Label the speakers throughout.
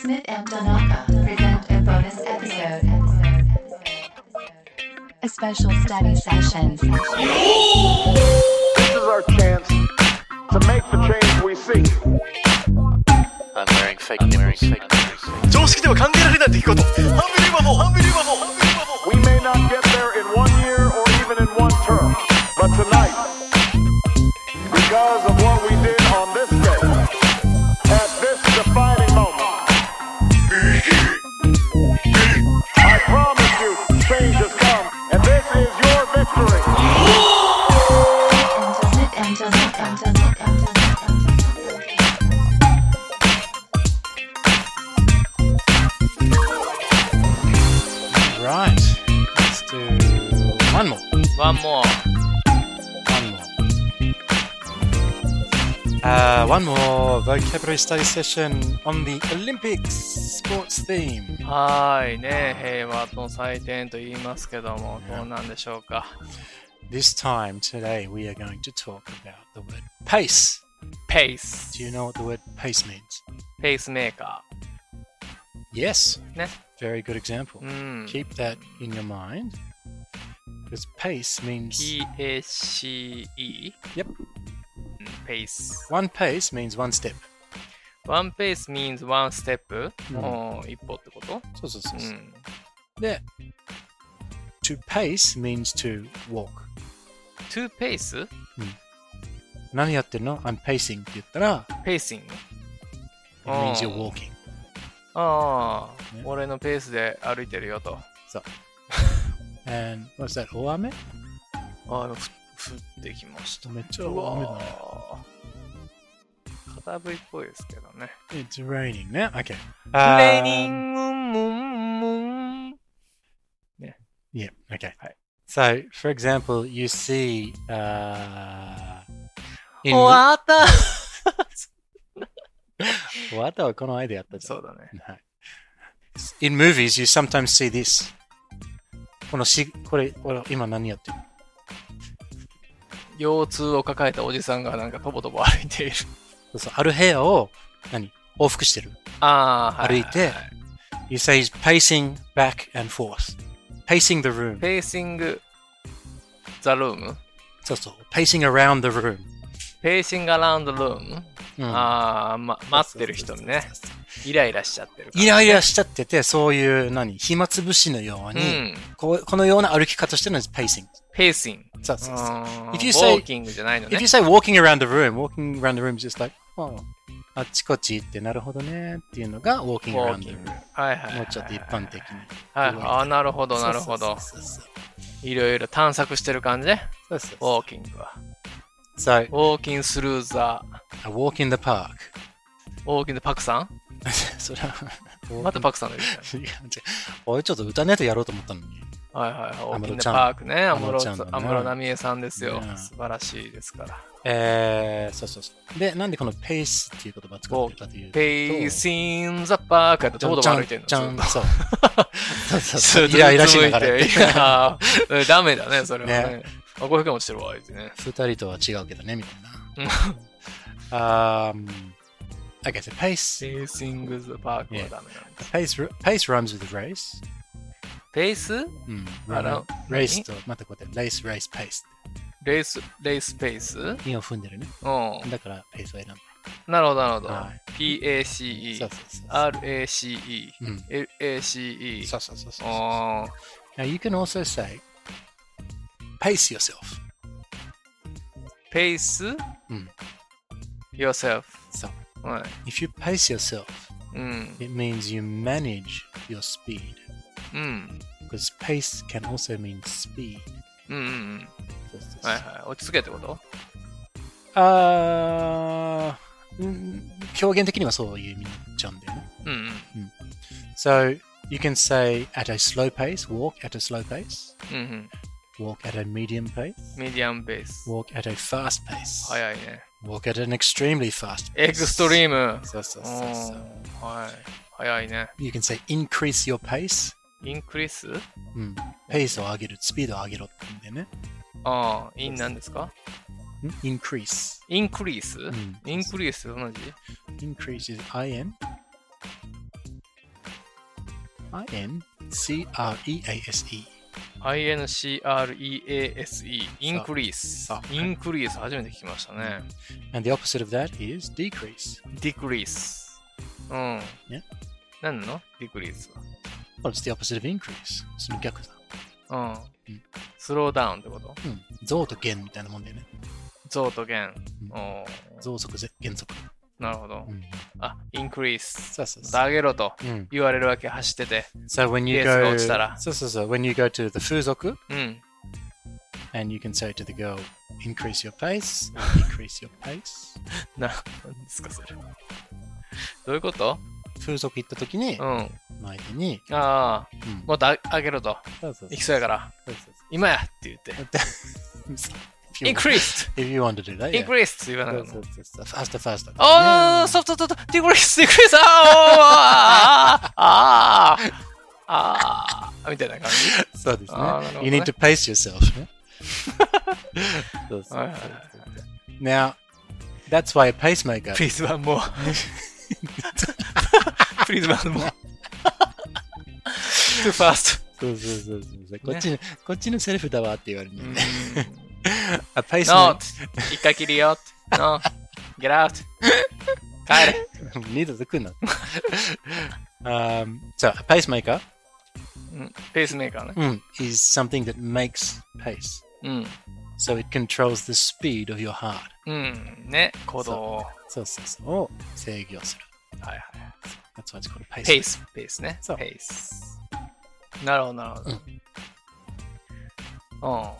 Speaker 1: Smith and Donaka present a bonus episode. A special study session.
Speaker 2: This is our chance to make the change we seek.
Speaker 3: I'm wearing fake I'm wearing fake nipples.
Speaker 4: 常識では考えられない出来事ハンビリーバボーハンビリーバボーハンビリーバボー
Speaker 2: We may not get there in one year or even in one term, but tonight, because of what we did on this day, at this defining moment, I promise you, change has come, and this is your victory.
Speaker 1: Smith and Donaka. Donaka.
Speaker 5: Right. Let's do one more.
Speaker 3: One more.
Speaker 5: One more. Uh, one more vocabulary study session on the Olympic sports theme.
Speaker 3: はーいね、平和の祭典と言いますけども、どうなんでしょうか。
Speaker 5: This time today, we are going to talk about the word pace.
Speaker 3: ペース
Speaker 5: Do。you know what the word pace means?
Speaker 3: ペースメーカ
Speaker 5: Yes.
Speaker 3: ね。
Speaker 5: Very good example.
Speaker 3: ー。うん。
Speaker 5: Keep that in your mind. Because pace means
Speaker 3: PACE?
Speaker 5: Yep.
Speaker 3: うんペース。
Speaker 5: one pace means one step.
Speaker 3: One pace means one step?
Speaker 5: うん
Speaker 3: もう一歩ってこと。
Speaker 5: そうそうそううそうんで to pace means to walk.
Speaker 3: To pace?
Speaker 5: 何やってるの ?I'm pacing って言ったら、
Speaker 3: Pacing?
Speaker 5: it means you're
Speaker 3: うん
Speaker 5: walking.
Speaker 3: ああ、
Speaker 5: ね
Speaker 3: 俺のペースで歩いてるよと。
Speaker 5: And what's that? 大雨
Speaker 3: ああ、ふ降ってきました。
Speaker 5: めっちゃ大雨だね。
Speaker 3: 片部っぽいですけどね。
Speaker 5: It's raining ね。Okay.
Speaker 3: レーニ
Speaker 5: Um,
Speaker 3: ングムンムン。
Speaker 5: Yeah, okay.
Speaker 3: はい。
Speaker 5: So, for example, you see, uh, in...
Speaker 3: 終わった
Speaker 5: 終わったわこの間やったじゃ
Speaker 3: そ
Speaker 5: ん
Speaker 3: う。だね。
Speaker 5: はい In movies, you sometimes see this. このし、これ、俺今何やってる
Speaker 3: 腰痛を抱えたおじさんがなんかとぼとぼ歩いている。
Speaker 5: そうそう、ある部屋を、何往復してる。
Speaker 3: ああ、
Speaker 5: 歩いて、You say he's pacing back and forth. Pacing the room.
Speaker 3: ペーシング、ザルーム
Speaker 5: そうそう。Pacing around the room.
Speaker 3: ペーシングアラウンドルーム
Speaker 5: うん
Speaker 3: ああ、ま、待ってる人にね、イライラしちゃってるから。
Speaker 5: イライラしちゃってて、そういう、何暇つぶしのよう
Speaker 3: う
Speaker 5: に、
Speaker 3: ん。
Speaker 5: こうこのような歩き方してるのは pacing.
Speaker 3: ペーシング。
Speaker 5: そうそう
Speaker 3: う
Speaker 5: そう。
Speaker 3: ーん
Speaker 5: If you say-
Speaker 3: ウォーキングじゃないの
Speaker 5: If
Speaker 3: ね
Speaker 5: you。say walking around the room, walking around the room is just like, oh, あっちこっち行ってなるほどねっていうのが walking
Speaker 3: ウォー
Speaker 5: around
Speaker 3: キ
Speaker 5: the
Speaker 3: ング
Speaker 5: room。。
Speaker 3: はいはいはい。
Speaker 5: もうちょっと一般的に。
Speaker 3: はいはい。ああ、なるほど、なるほど。
Speaker 5: そうそう
Speaker 3: いろいろ探索してる感じね。
Speaker 5: そうそう
Speaker 3: ウォーキングは。
Speaker 5: そう So,
Speaker 3: ウォーキングスルーザ
Speaker 5: a walk in the park.
Speaker 3: ー。ウォーキングパクさん
Speaker 5: それは、
Speaker 3: またパクさんの言うじゃん
Speaker 5: 違う違う 俺ちょっと歌ネタやろうと思ったのに。
Speaker 3: はいはいはい。ウォーキン
Speaker 5: 安室
Speaker 3: グ
Speaker 5: ちゃん
Speaker 3: パークね。安
Speaker 5: 安室ちゃん
Speaker 3: 室
Speaker 5: のね
Speaker 3: 安室奈美恵さんですよ。
Speaker 5: ね
Speaker 3: 素晴らしいですから。
Speaker 5: えー、そうそうそう。で、なんでこの pace っていう言葉使ってるかというと。
Speaker 3: ペイシンザパークやったらどこどこ歩いてるの
Speaker 5: ちゃん、ちゃんそう。 そうそう
Speaker 3: ず
Speaker 5: そう。
Speaker 3: っと
Speaker 5: イライラしながら
Speaker 3: ず
Speaker 5: やっ
Speaker 3: っと向い
Speaker 5: て
Speaker 3: て。いやーダメだね、それはね
Speaker 5: ね。
Speaker 3: あ、500円落ちてるわ、あいつね。
Speaker 5: 二人とは違うけどね、みたいな。um, okay, so pace.
Speaker 3: ペイシングザパークはダメなんだ。
Speaker 5: Pace, ru- pace rhymes with race.
Speaker 3: ペース
Speaker 5: うん。
Speaker 3: あら
Speaker 5: runner race と、またこうやって、race, race, pace。
Speaker 3: レース、レースペースうん。
Speaker 5: 2を踏んでるね。だから、pace を選んだ。
Speaker 3: なるほど、なるほど
Speaker 5: は。そう
Speaker 3: PACE
Speaker 5: そう、そうそう。
Speaker 3: RACE
Speaker 5: うん、
Speaker 3: LACE。
Speaker 5: そうそうそうそう。
Speaker 3: あ
Speaker 5: Now, you can also say, pace yourself.
Speaker 3: ペース
Speaker 5: うん
Speaker 3: yourself。
Speaker 5: So,
Speaker 3: はい。
Speaker 5: if you pace yourself,
Speaker 3: うん。
Speaker 5: it means you manage your speed.
Speaker 3: うん。
Speaker 5: Because pace can also mean speed.
Speaker 3: うんうんうん。
Speaker 5: そうそうそう
Speaker 3: はいはい。落ち着けってこと
Speaker 5: あーうん表現的にはそういう意味になっちゃうんだよね。
Speaker 3: うんうん。
Speaker 5: So, you can say at a slow pace, walk at a slow pace,
Speaker 3: うんうん。
Speaker 5: walk at a medium pace,
Speaker 3: メディアムペース。
Speaker 5: walk at a fast pace,
Speaker 3: 早いね。
Speaker 5: walk at an extremely fast
Speaker 3: エ
Speaker 5: pace.
Speaker 3: クストリーム。
Speaker 5: そうそう
Speaker 3: う
Speaker 5: そうそう。
Speaker 3: んはい。早いね。
Speaker 5: You can say increase your pace.
Speaker 3: インクリス
Speaker 5: うん。ペースを上げる、スピードを上げろって言うんだよね。
Speaker 3: ああ、インなんですか
Speaker 5: ん increase.
Speaker 3: インクリース
Speaker 5: うん
Speaker 3: インクリース同じ
Speaker 5: increase is IN E I-N-C-R-E-A-S-E。
Speaker 3: INCREASE、increase
Speaker 5: そう。
Speaker 3: increase 初めて聞きましたね。
Speaker 5: And the opposite of that is decrease.
Speaker 3: decrease。うん。
Speaker 5: ね
Speaker 3: 何なの ?decrease
Speaker 5: Well, it's the opposite of increase. その逆だ。
Speaker 3: は。
Speaker 5: う
Speaker 3: う
Speaker 5: ん
Speaker 3: ん。スローダウンってこと
Speaker 5: うん。増と減みたいなもんだよね。
Speaker 3: 増と減。
Speaker 5: うん
Speaker 3: おー
Speaker 5: 増速、ぜ減速。
Speaker 3: なるほど
Speaker 5: う。ん。
Speaker 3: あ、increase。
Speaker 5: そうそうそう。
Speaker 3: 下げろと
Speaker 5: うん。
Speaker 3: 言われるわけ、走ってて。
Speaker 5: So when you
Speaker 3: ペースが
Speaker 5: go,
Speaker 3: 落ちたら
Speaker 5: そうそうそう。When you go to the 風俗
Speaker 3: うん。
Speaker 5: and you can say to the girl, increase your pace, or decrease your pace.
Speaker 3: な、何ですか、それ。どういうこと
Speaker 5: 風俗行った時に
Speaker 3: う、ん。
Speaker 5: 相手に、
Speaker 3: ああ、
Speaker 5: うん。
Speaker 3: もっとあ上げろと。
Speaker 5: そうそうそう
Speaker 3: 行きそうやから。
Speaker 5: そうそうそう
Speaker 3: 今やって言って。
Speaker 5: If you want-
Speaker 3: increased!
Speaker 5: if you want to do that, yeah.
Speaker 3: increased! って言わな
Speaker 5: そ
Speaker 3: い
Speaker 5: そう。
Speaker 3: うの
Speaker 5: そうそう faster, faster.
Speaker 3: ああ、そうそうそうそう、decrease! decrease! あーあーあーあーみたいな感じ。
Speaker 5: そうですね
Speaker 3: あーなるほど。ね
Speaker 5: You need to pace yourself. ねそうそうそう
Speaker 3: はいはいは
Speaker 5: Now, that's why a pacemaker.
Speaker 3: プリーズワ ンも。プリーズワンも。too fast!
Speaker 5: そうそうそうそうこっちの、こっちのセリフだわって言われるのね。A
Speaker 3: no!
Speaker 5: pacemaker.
Speaker 3: 一回きりよ no! get out! 帰れ
Speaker 5: 二度と来んな。um, so, a pacemaker
Speaker 3: うんペースメーカー
Speaker 5: mm,
Speaker 3: ね。
Speaker 5: is something that makes pace.
Speaker 3: うん。
Speaker 5: So it controls the speed of your heart.
Speaker 3: うん。ね、行動を。は
Speaker 5: そうそうそう。を制御する。
Speaker 3: いはい。
Speaker 5: That's why it's called a
Speaker 3: ペ
Speaker 5: pacemaker.
Speaker 3: ース、ペースね。
Speaker 5: そう
Speaker 3: ペース。なるほど、なるほど。うん。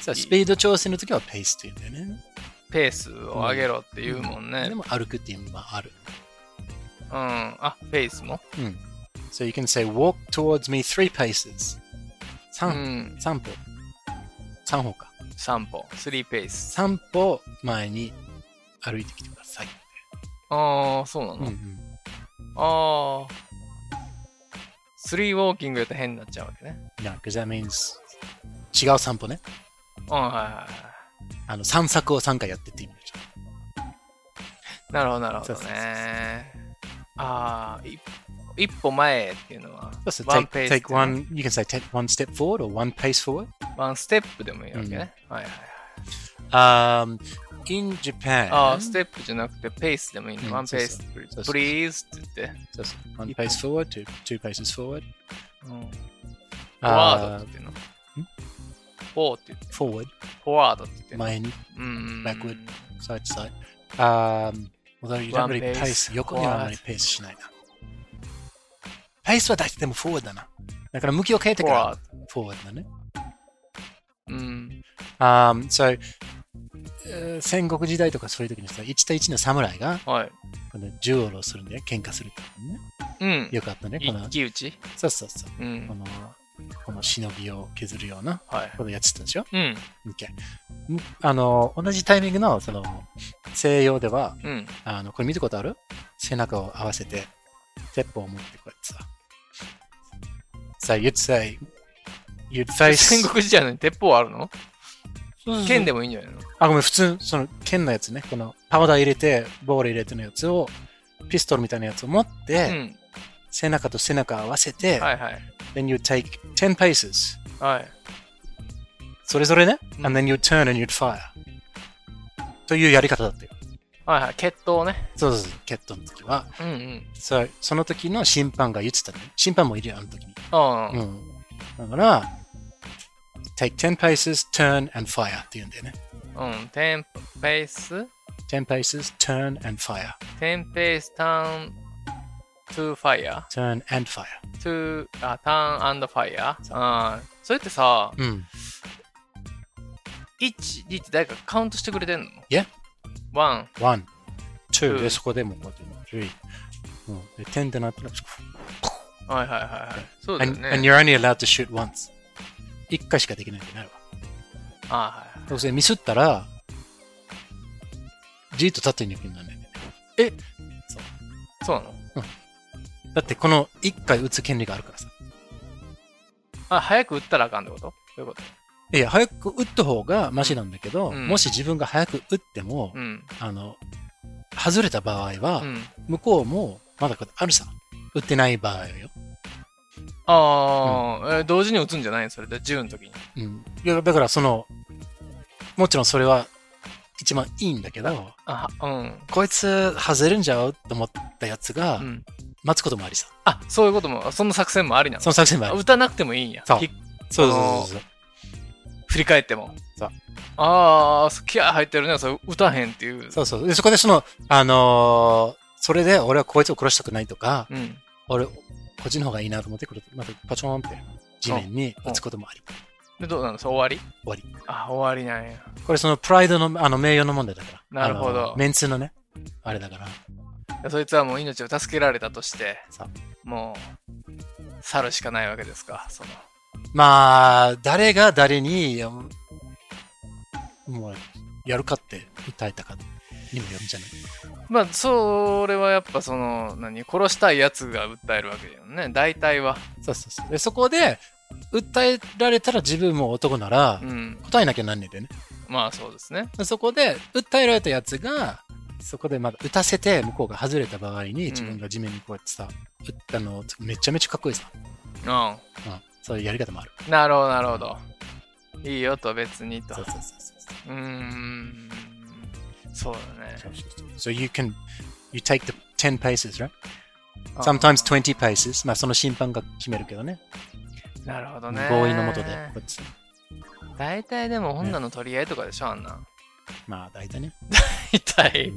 Speaker 5: そうスピード調整の時は pace って言うんだよね。
Speaker 3: ペースを上げろって言うもんね
Speaker 5: で。も歩くっていうのもある。
Speaker 3: うん。あ、ペースも。
Speaker 5: うん。So you can say walk towards me three paces.
Speaker 3: う
Speaker 5: 三、
Speaker 3: ん。
Speaker 5: 三歩。三歩か。
Speaker 3: 3歩。3ペース。
Speaker 5: 三歩前に歩いてきてください。
Speaker 3: ああ、そうな
Speaker 5: うんう
Speaker 3: の。
Speaker 5: ん。
Speaker 3: ああ。3ウォーキングやったら変になっちゃうわけね。
Speaker 5: Yeah, because that means 違う散歩ね。
Speaker 3: うん、はいはいは
Speaker 5: あの、散策を3回やってって意味でしょ。
Speaker 3: い。なるほど、なるほ
Speaker 5: そ
Speaker 3: ど
Speaker 5: うそうそう
Speaker 3: ね。ああ、い一歩前へっていうのは、
Speaker 5: そうそう。
Speaker 3: ワン
Speaker 5: Take,
Speaker 3: ペースっ
Speaker 5: take
Speaker 3: ていうのは。
Speaker 5: one, you can say take one step forward or one pace forward.
Speaker 3: ワンステップでもいいわけね。はいはいはい。
Speaker 5: Um, in Japan.
Speaker 3: ああ、ステップじゃなくて、ペースでもいいね。
Speaker 5: うん
Speaker 3: ワンペース
Speaker 5: そ、そうそう
Speaker 3: please って言って。
Speaker 5: そうそう one pace forward, two, two paces forward.
Speaker 3: うん。フォワード
Speaker 5: あ
Speaker 3: って言ってんの。フォーって言って。
Speaker 5: ー forward,
Speaker 3: フォワードって言ってんの。
Speaker 5: 前に、
Speaker 3: うん。
Speaker 5: backward side to side. Um, although you don't
Speaker 3: One
Speaker 5: really
Speaker 3: pace
Speaker 5: pace, 横にはあんまり
Speaker 3: forward
Speaker 5: ペースしないな。ペースは大体でも forward だな。だから向きを変えて
Speaker 3: フォ
Speaker 5: から
Speaker 3: ワー
Speaker 5: forward だね。
Speaker 3: ド。うん。
Speaker 5: Um, so, えー戦国時代とかそういう時にさ、1対1の侍が
Speaker 3: はい。
Speaker 5: この銃を下するんだよ、喧嘩するっていうね。
Speaker 3: うん。
Speaker 5: よかったね、この
Speaker 3: 一、騎打ち
Speaker 5: そうそうそう、
Speaker 3: う
Speaker 5: こ
Speaker 3: ん。
Speaker 5: の、この忍びを削るような
Speaker 3: はい。
Speaker 5: ことやってたでしょ。
Speaker 3: うん。
Speaker 5: OK んあの、同じタイミングの、その、西洋では、
Speaker 3: うん。
Speaker 5: あの、これ見たことある背中を合わせて、鉄砲を持ってこうやってさ。So you'd say, you'd
Speaker 3: 戦
Speaker 5: face,
Speaker 3: 国時代のに鉄砲あるの剣でもいいんじゃないの
Speaker 5: あ、ごめん、普通、その剣のやつね、このパウダー入れて、ボール入れてのやつを、ピストルみたいなやつを持って、
Speaker 3: うん。
Speaker 5: 背中と背中合わせて、
Speaker 3: はいはい。
Speaker 5: then you take 10 paces.
Speaker 3: はい。
Speaker 5: それぞれね、
Speaker 3: うん
Speaker 5: and then you turn and you'd fire. というやり方だったよ。
Speaker 3: はいはい。決闘ね。
Speaker 5: そうそうそう、ケットの時は。
Speaker 3: うんうん。
Speaker 5: そうその時の審判が言ってたね。審判もいるよ、あの時に。
Speaker 3: ああ。
Speaker 5: うん。だから、take 10 paces, turn and fire って言うんだよね。
Speaker 3: うん。テンポ、ペース、
Speaker 5: 10 paces, turn and fire.
Speaker 3: テンペース、ターン、トゥーファイヤ
Speaker 5: turn and fire.
Speaker 3: ー、トゥー、あ、ターンアンドファイヤー。ああ。それってさ、
Speaker 5: うん。
Speaker 3: 1、2って誰かカウントしてくれてんの
Speaker 5: Yeah
Speaker 3: ワン。
Speaker 5: 1、2、
Speaker 3: two
Speaker 5: で、そこでもうこうやって、3。うん。で、10ってなったら、
Speaker 3: はいはいはいはい。そうだよ
Speaker 5: and,
Speaker 3: ね。
Speaker 5: and you're only allowed to shoot once. 一回しかできないんだよねあれは。
Speaker 3: ああはい
Speaker 5: どうせミスったら、じーっと縦に行くんだね。
Speaker 3: そうなの
Speaker 5: だってこの一回打つ権利があるからさ。
Speaker 3: あ、早く打ったらあかんってことそういうこ
Speaker 5: いや、早く打った方がマシなんだけど、
Speaker 3: うん
Speaker 5: もし自分が早く打っても、
Speaker 3: とうん。
Speaker 5: あの、外れた場合は、
Speaker 3: うん。
Speaker 5: 向こうもまだこうあるさ。打ってない場合よ。
Speaker 3: ああ、えー同時に打つんじゃないのそれで、10の時に。
Speaker 5: うん。いやだからその、もちろんそれは一番いいんだけど、
Speaker 3: あ、うん。
Speaker 5: こいつ外れんじゃうと思ったやつが、
Speaker 3: うん。
Speaker 5: 待つこともありさ。
Speaker 3: あ、そういうことも、あその作戦もありなの
Speaker 5: その作戦もあ
Speaker 3: あ
Speaker 5: り。
Speaker 3: 打たなくてもいいんや。
Speaker 5: そう
Speaker 3: ひ
Speaker 5: そうそうそうそう。
Speaker 3: 振り返っても。
Speaker 5: そう
Speaker 3: ああ、気合入ってるね。それ打たへんっていう。
Speaker 5: そうそう。で、そこでその、あのーそれで俺はこいつを殺したくないとか、
Speaker 3: うん。
Speaker 5: 俺、こっちの方がいいなと思ってくると、またパチョーンって地面に打つこともあり。
Speaker 3: で、どうなのそれ終わ
Speaker 5: 終わり
Speaker 3: り。あ、終わりなんや。
Speaker 5: これそのプライドの、あの、名誉の問題だから。
Speaker 3: なるほど
Speaker 5: あのメンツのね、あれだから。
Speaker 3: でそいつはもう命を助けられたとして
Speaker 5: そう、
Speaker 3: もう、去るしかないわけですか。その、
Speaker 5: まあ、誰が誰に、いやもうもう、やるかって訴えたかにもよるんじゃない
Speaker 3: まあ、それはやっぱその、何、殺したいやつが訴えるわけだよね。大体は。
Speaker 5: そうそうそう。で、そこで、訴えられたら自分も男なら
Speaker 3: う、ん。
Speaker 5: 答えなきゃなんねえでね。
Speaker 3: まあ、そうですね。
Speaker 5: そこで、訴えられたやつが、そこでまだ打たせて、向こうが外れた場合に、自分が地面にこうやってさ、打ったの、めちゃめちゃかっこいいさ。
Speaker 3: うん。
Speaker 5: うん。そういうやり方もある。
Speaker 3: なるほど、なるほど。いいよと、別にと。
Speaker 5: そう
Speaker 3: う
Speaker 5: そうそうそう。
Speaker 3: ーん。そうだね。
Speaker 5: So you can you take the 10 paces, right?
Speaker 3: あー
Speaker 5: Sometimes 20 paces. まあその審判が決めるけどね。
Speaker 3: なるほどね。
Speaker 5: 合意のもとで。こっち
Speaker 3: 大体でも本なの取り合いとかでしょ、あんな。
Speaker 5: まあ大体ね。
Speaker 3: 痛い。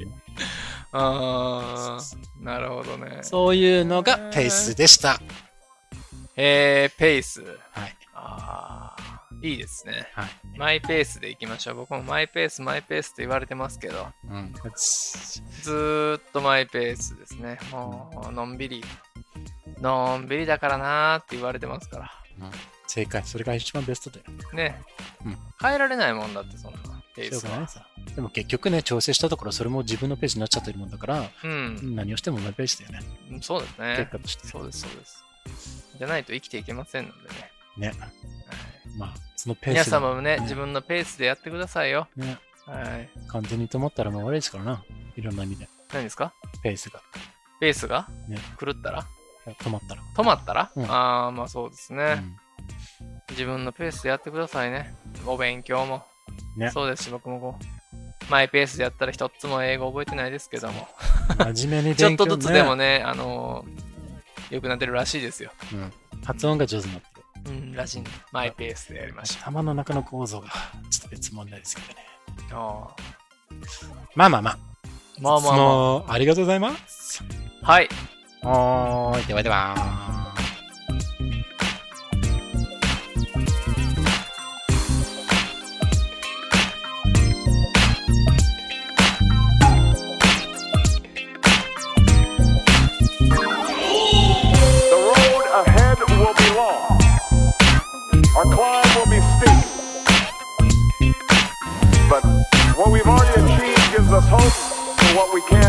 Speaker 3: あー、なるほどね。
Speaker 5: そういうのがペースでした。
Speaker 3: えー、ペース。
Speaker 5: はい。
Speaker 3: あー、いいですね。
Speaker 5: はい。
Speaker 3: マイペースでいきましょう。僕もマイペース、マイペースって言われてますけど、
Speaker 5: うん。That's-
Speaker 3: ずーっとマイペースですね。もう、のんびり。のんびりだからなーって言われてますから。
Speaker 5: 正解。それが一番ベストだよ。
Speaker 3: ね。
Speaker 5: うん
Speaker 3: 変えられないもんだって、そんな。ペー
Speaker 5: しょう
Speaker 3: ス
Speaker 5: がな
Speaker 3: は。
Speaker 5: いさ。でも結局ね、調整したところ、それも自分のペースになっちゃってるもんだから、
Speaker 3: うん、
Speaker 5: 何をしてもマイペースだよね。
Speaker 3: そうです
Speaker 5: 結
Speaker 3: ね。
Speaker 5: 果として。
Speaker 3: そうです、そうです。じゃないと生きていけませんのでね。
Speaker 5: ね。
Speaker 3: はい
Speaker 5: まあ、そのペー
Speaker 3: 皆
Speaker 5: スが
Speaker 3: 様もね、自分のペースでやってくださいよ。
Speaker 5: ね、
Speaker 3: はい。
Speaker 5: 完全にと思ったらもう悪いですからな。いろんな意味で。
Speaker 3: 何ですか
Speaker 5: ペースが
Speaker 3: ペースが、
Speaker 5: ね
Speaker 3: 狂ったら
Speaker 5: 止まったら。
Speaker 3: 止まったら、
Speaker 5: うん
Speaker 3: ああ、まあそうです
Speaker 5: う
Speaker 3: ね、
Speaker 5: ん
Speaker 3: 自分のペースでやってくださいね。お勉強も。
Speaker 5: ね
Speaker 3: そうですし、僕もこう。マイペースでやったら一つも英語覚えてないですけども。
Speaker 5: 真面目に
Speaker 3: ちょっ
Speaker 5: 勉強
Speaker 3: とずつでもね、あのー、良くなってるらしいですよ。
Speaker 5: うん発音が上手になってる。
Speaker 3: うん、らしいね。マイペースでやりまし
Speaker 5: 頭の中の構造がちょっと別問題ですけどね。
Speaker 3: ょう。あ
Speaker 5: まあまあまあ。
Speaker 3: ーまあまあま
Speaker 5: あ。ありがとうございます。
Speaker 3: あ。はい。
Speaker 5: はーい。ではでは。
Speaker 2: The road ahead will be long. Our climb will be steep. But what we've already achieved gives us hope for what we can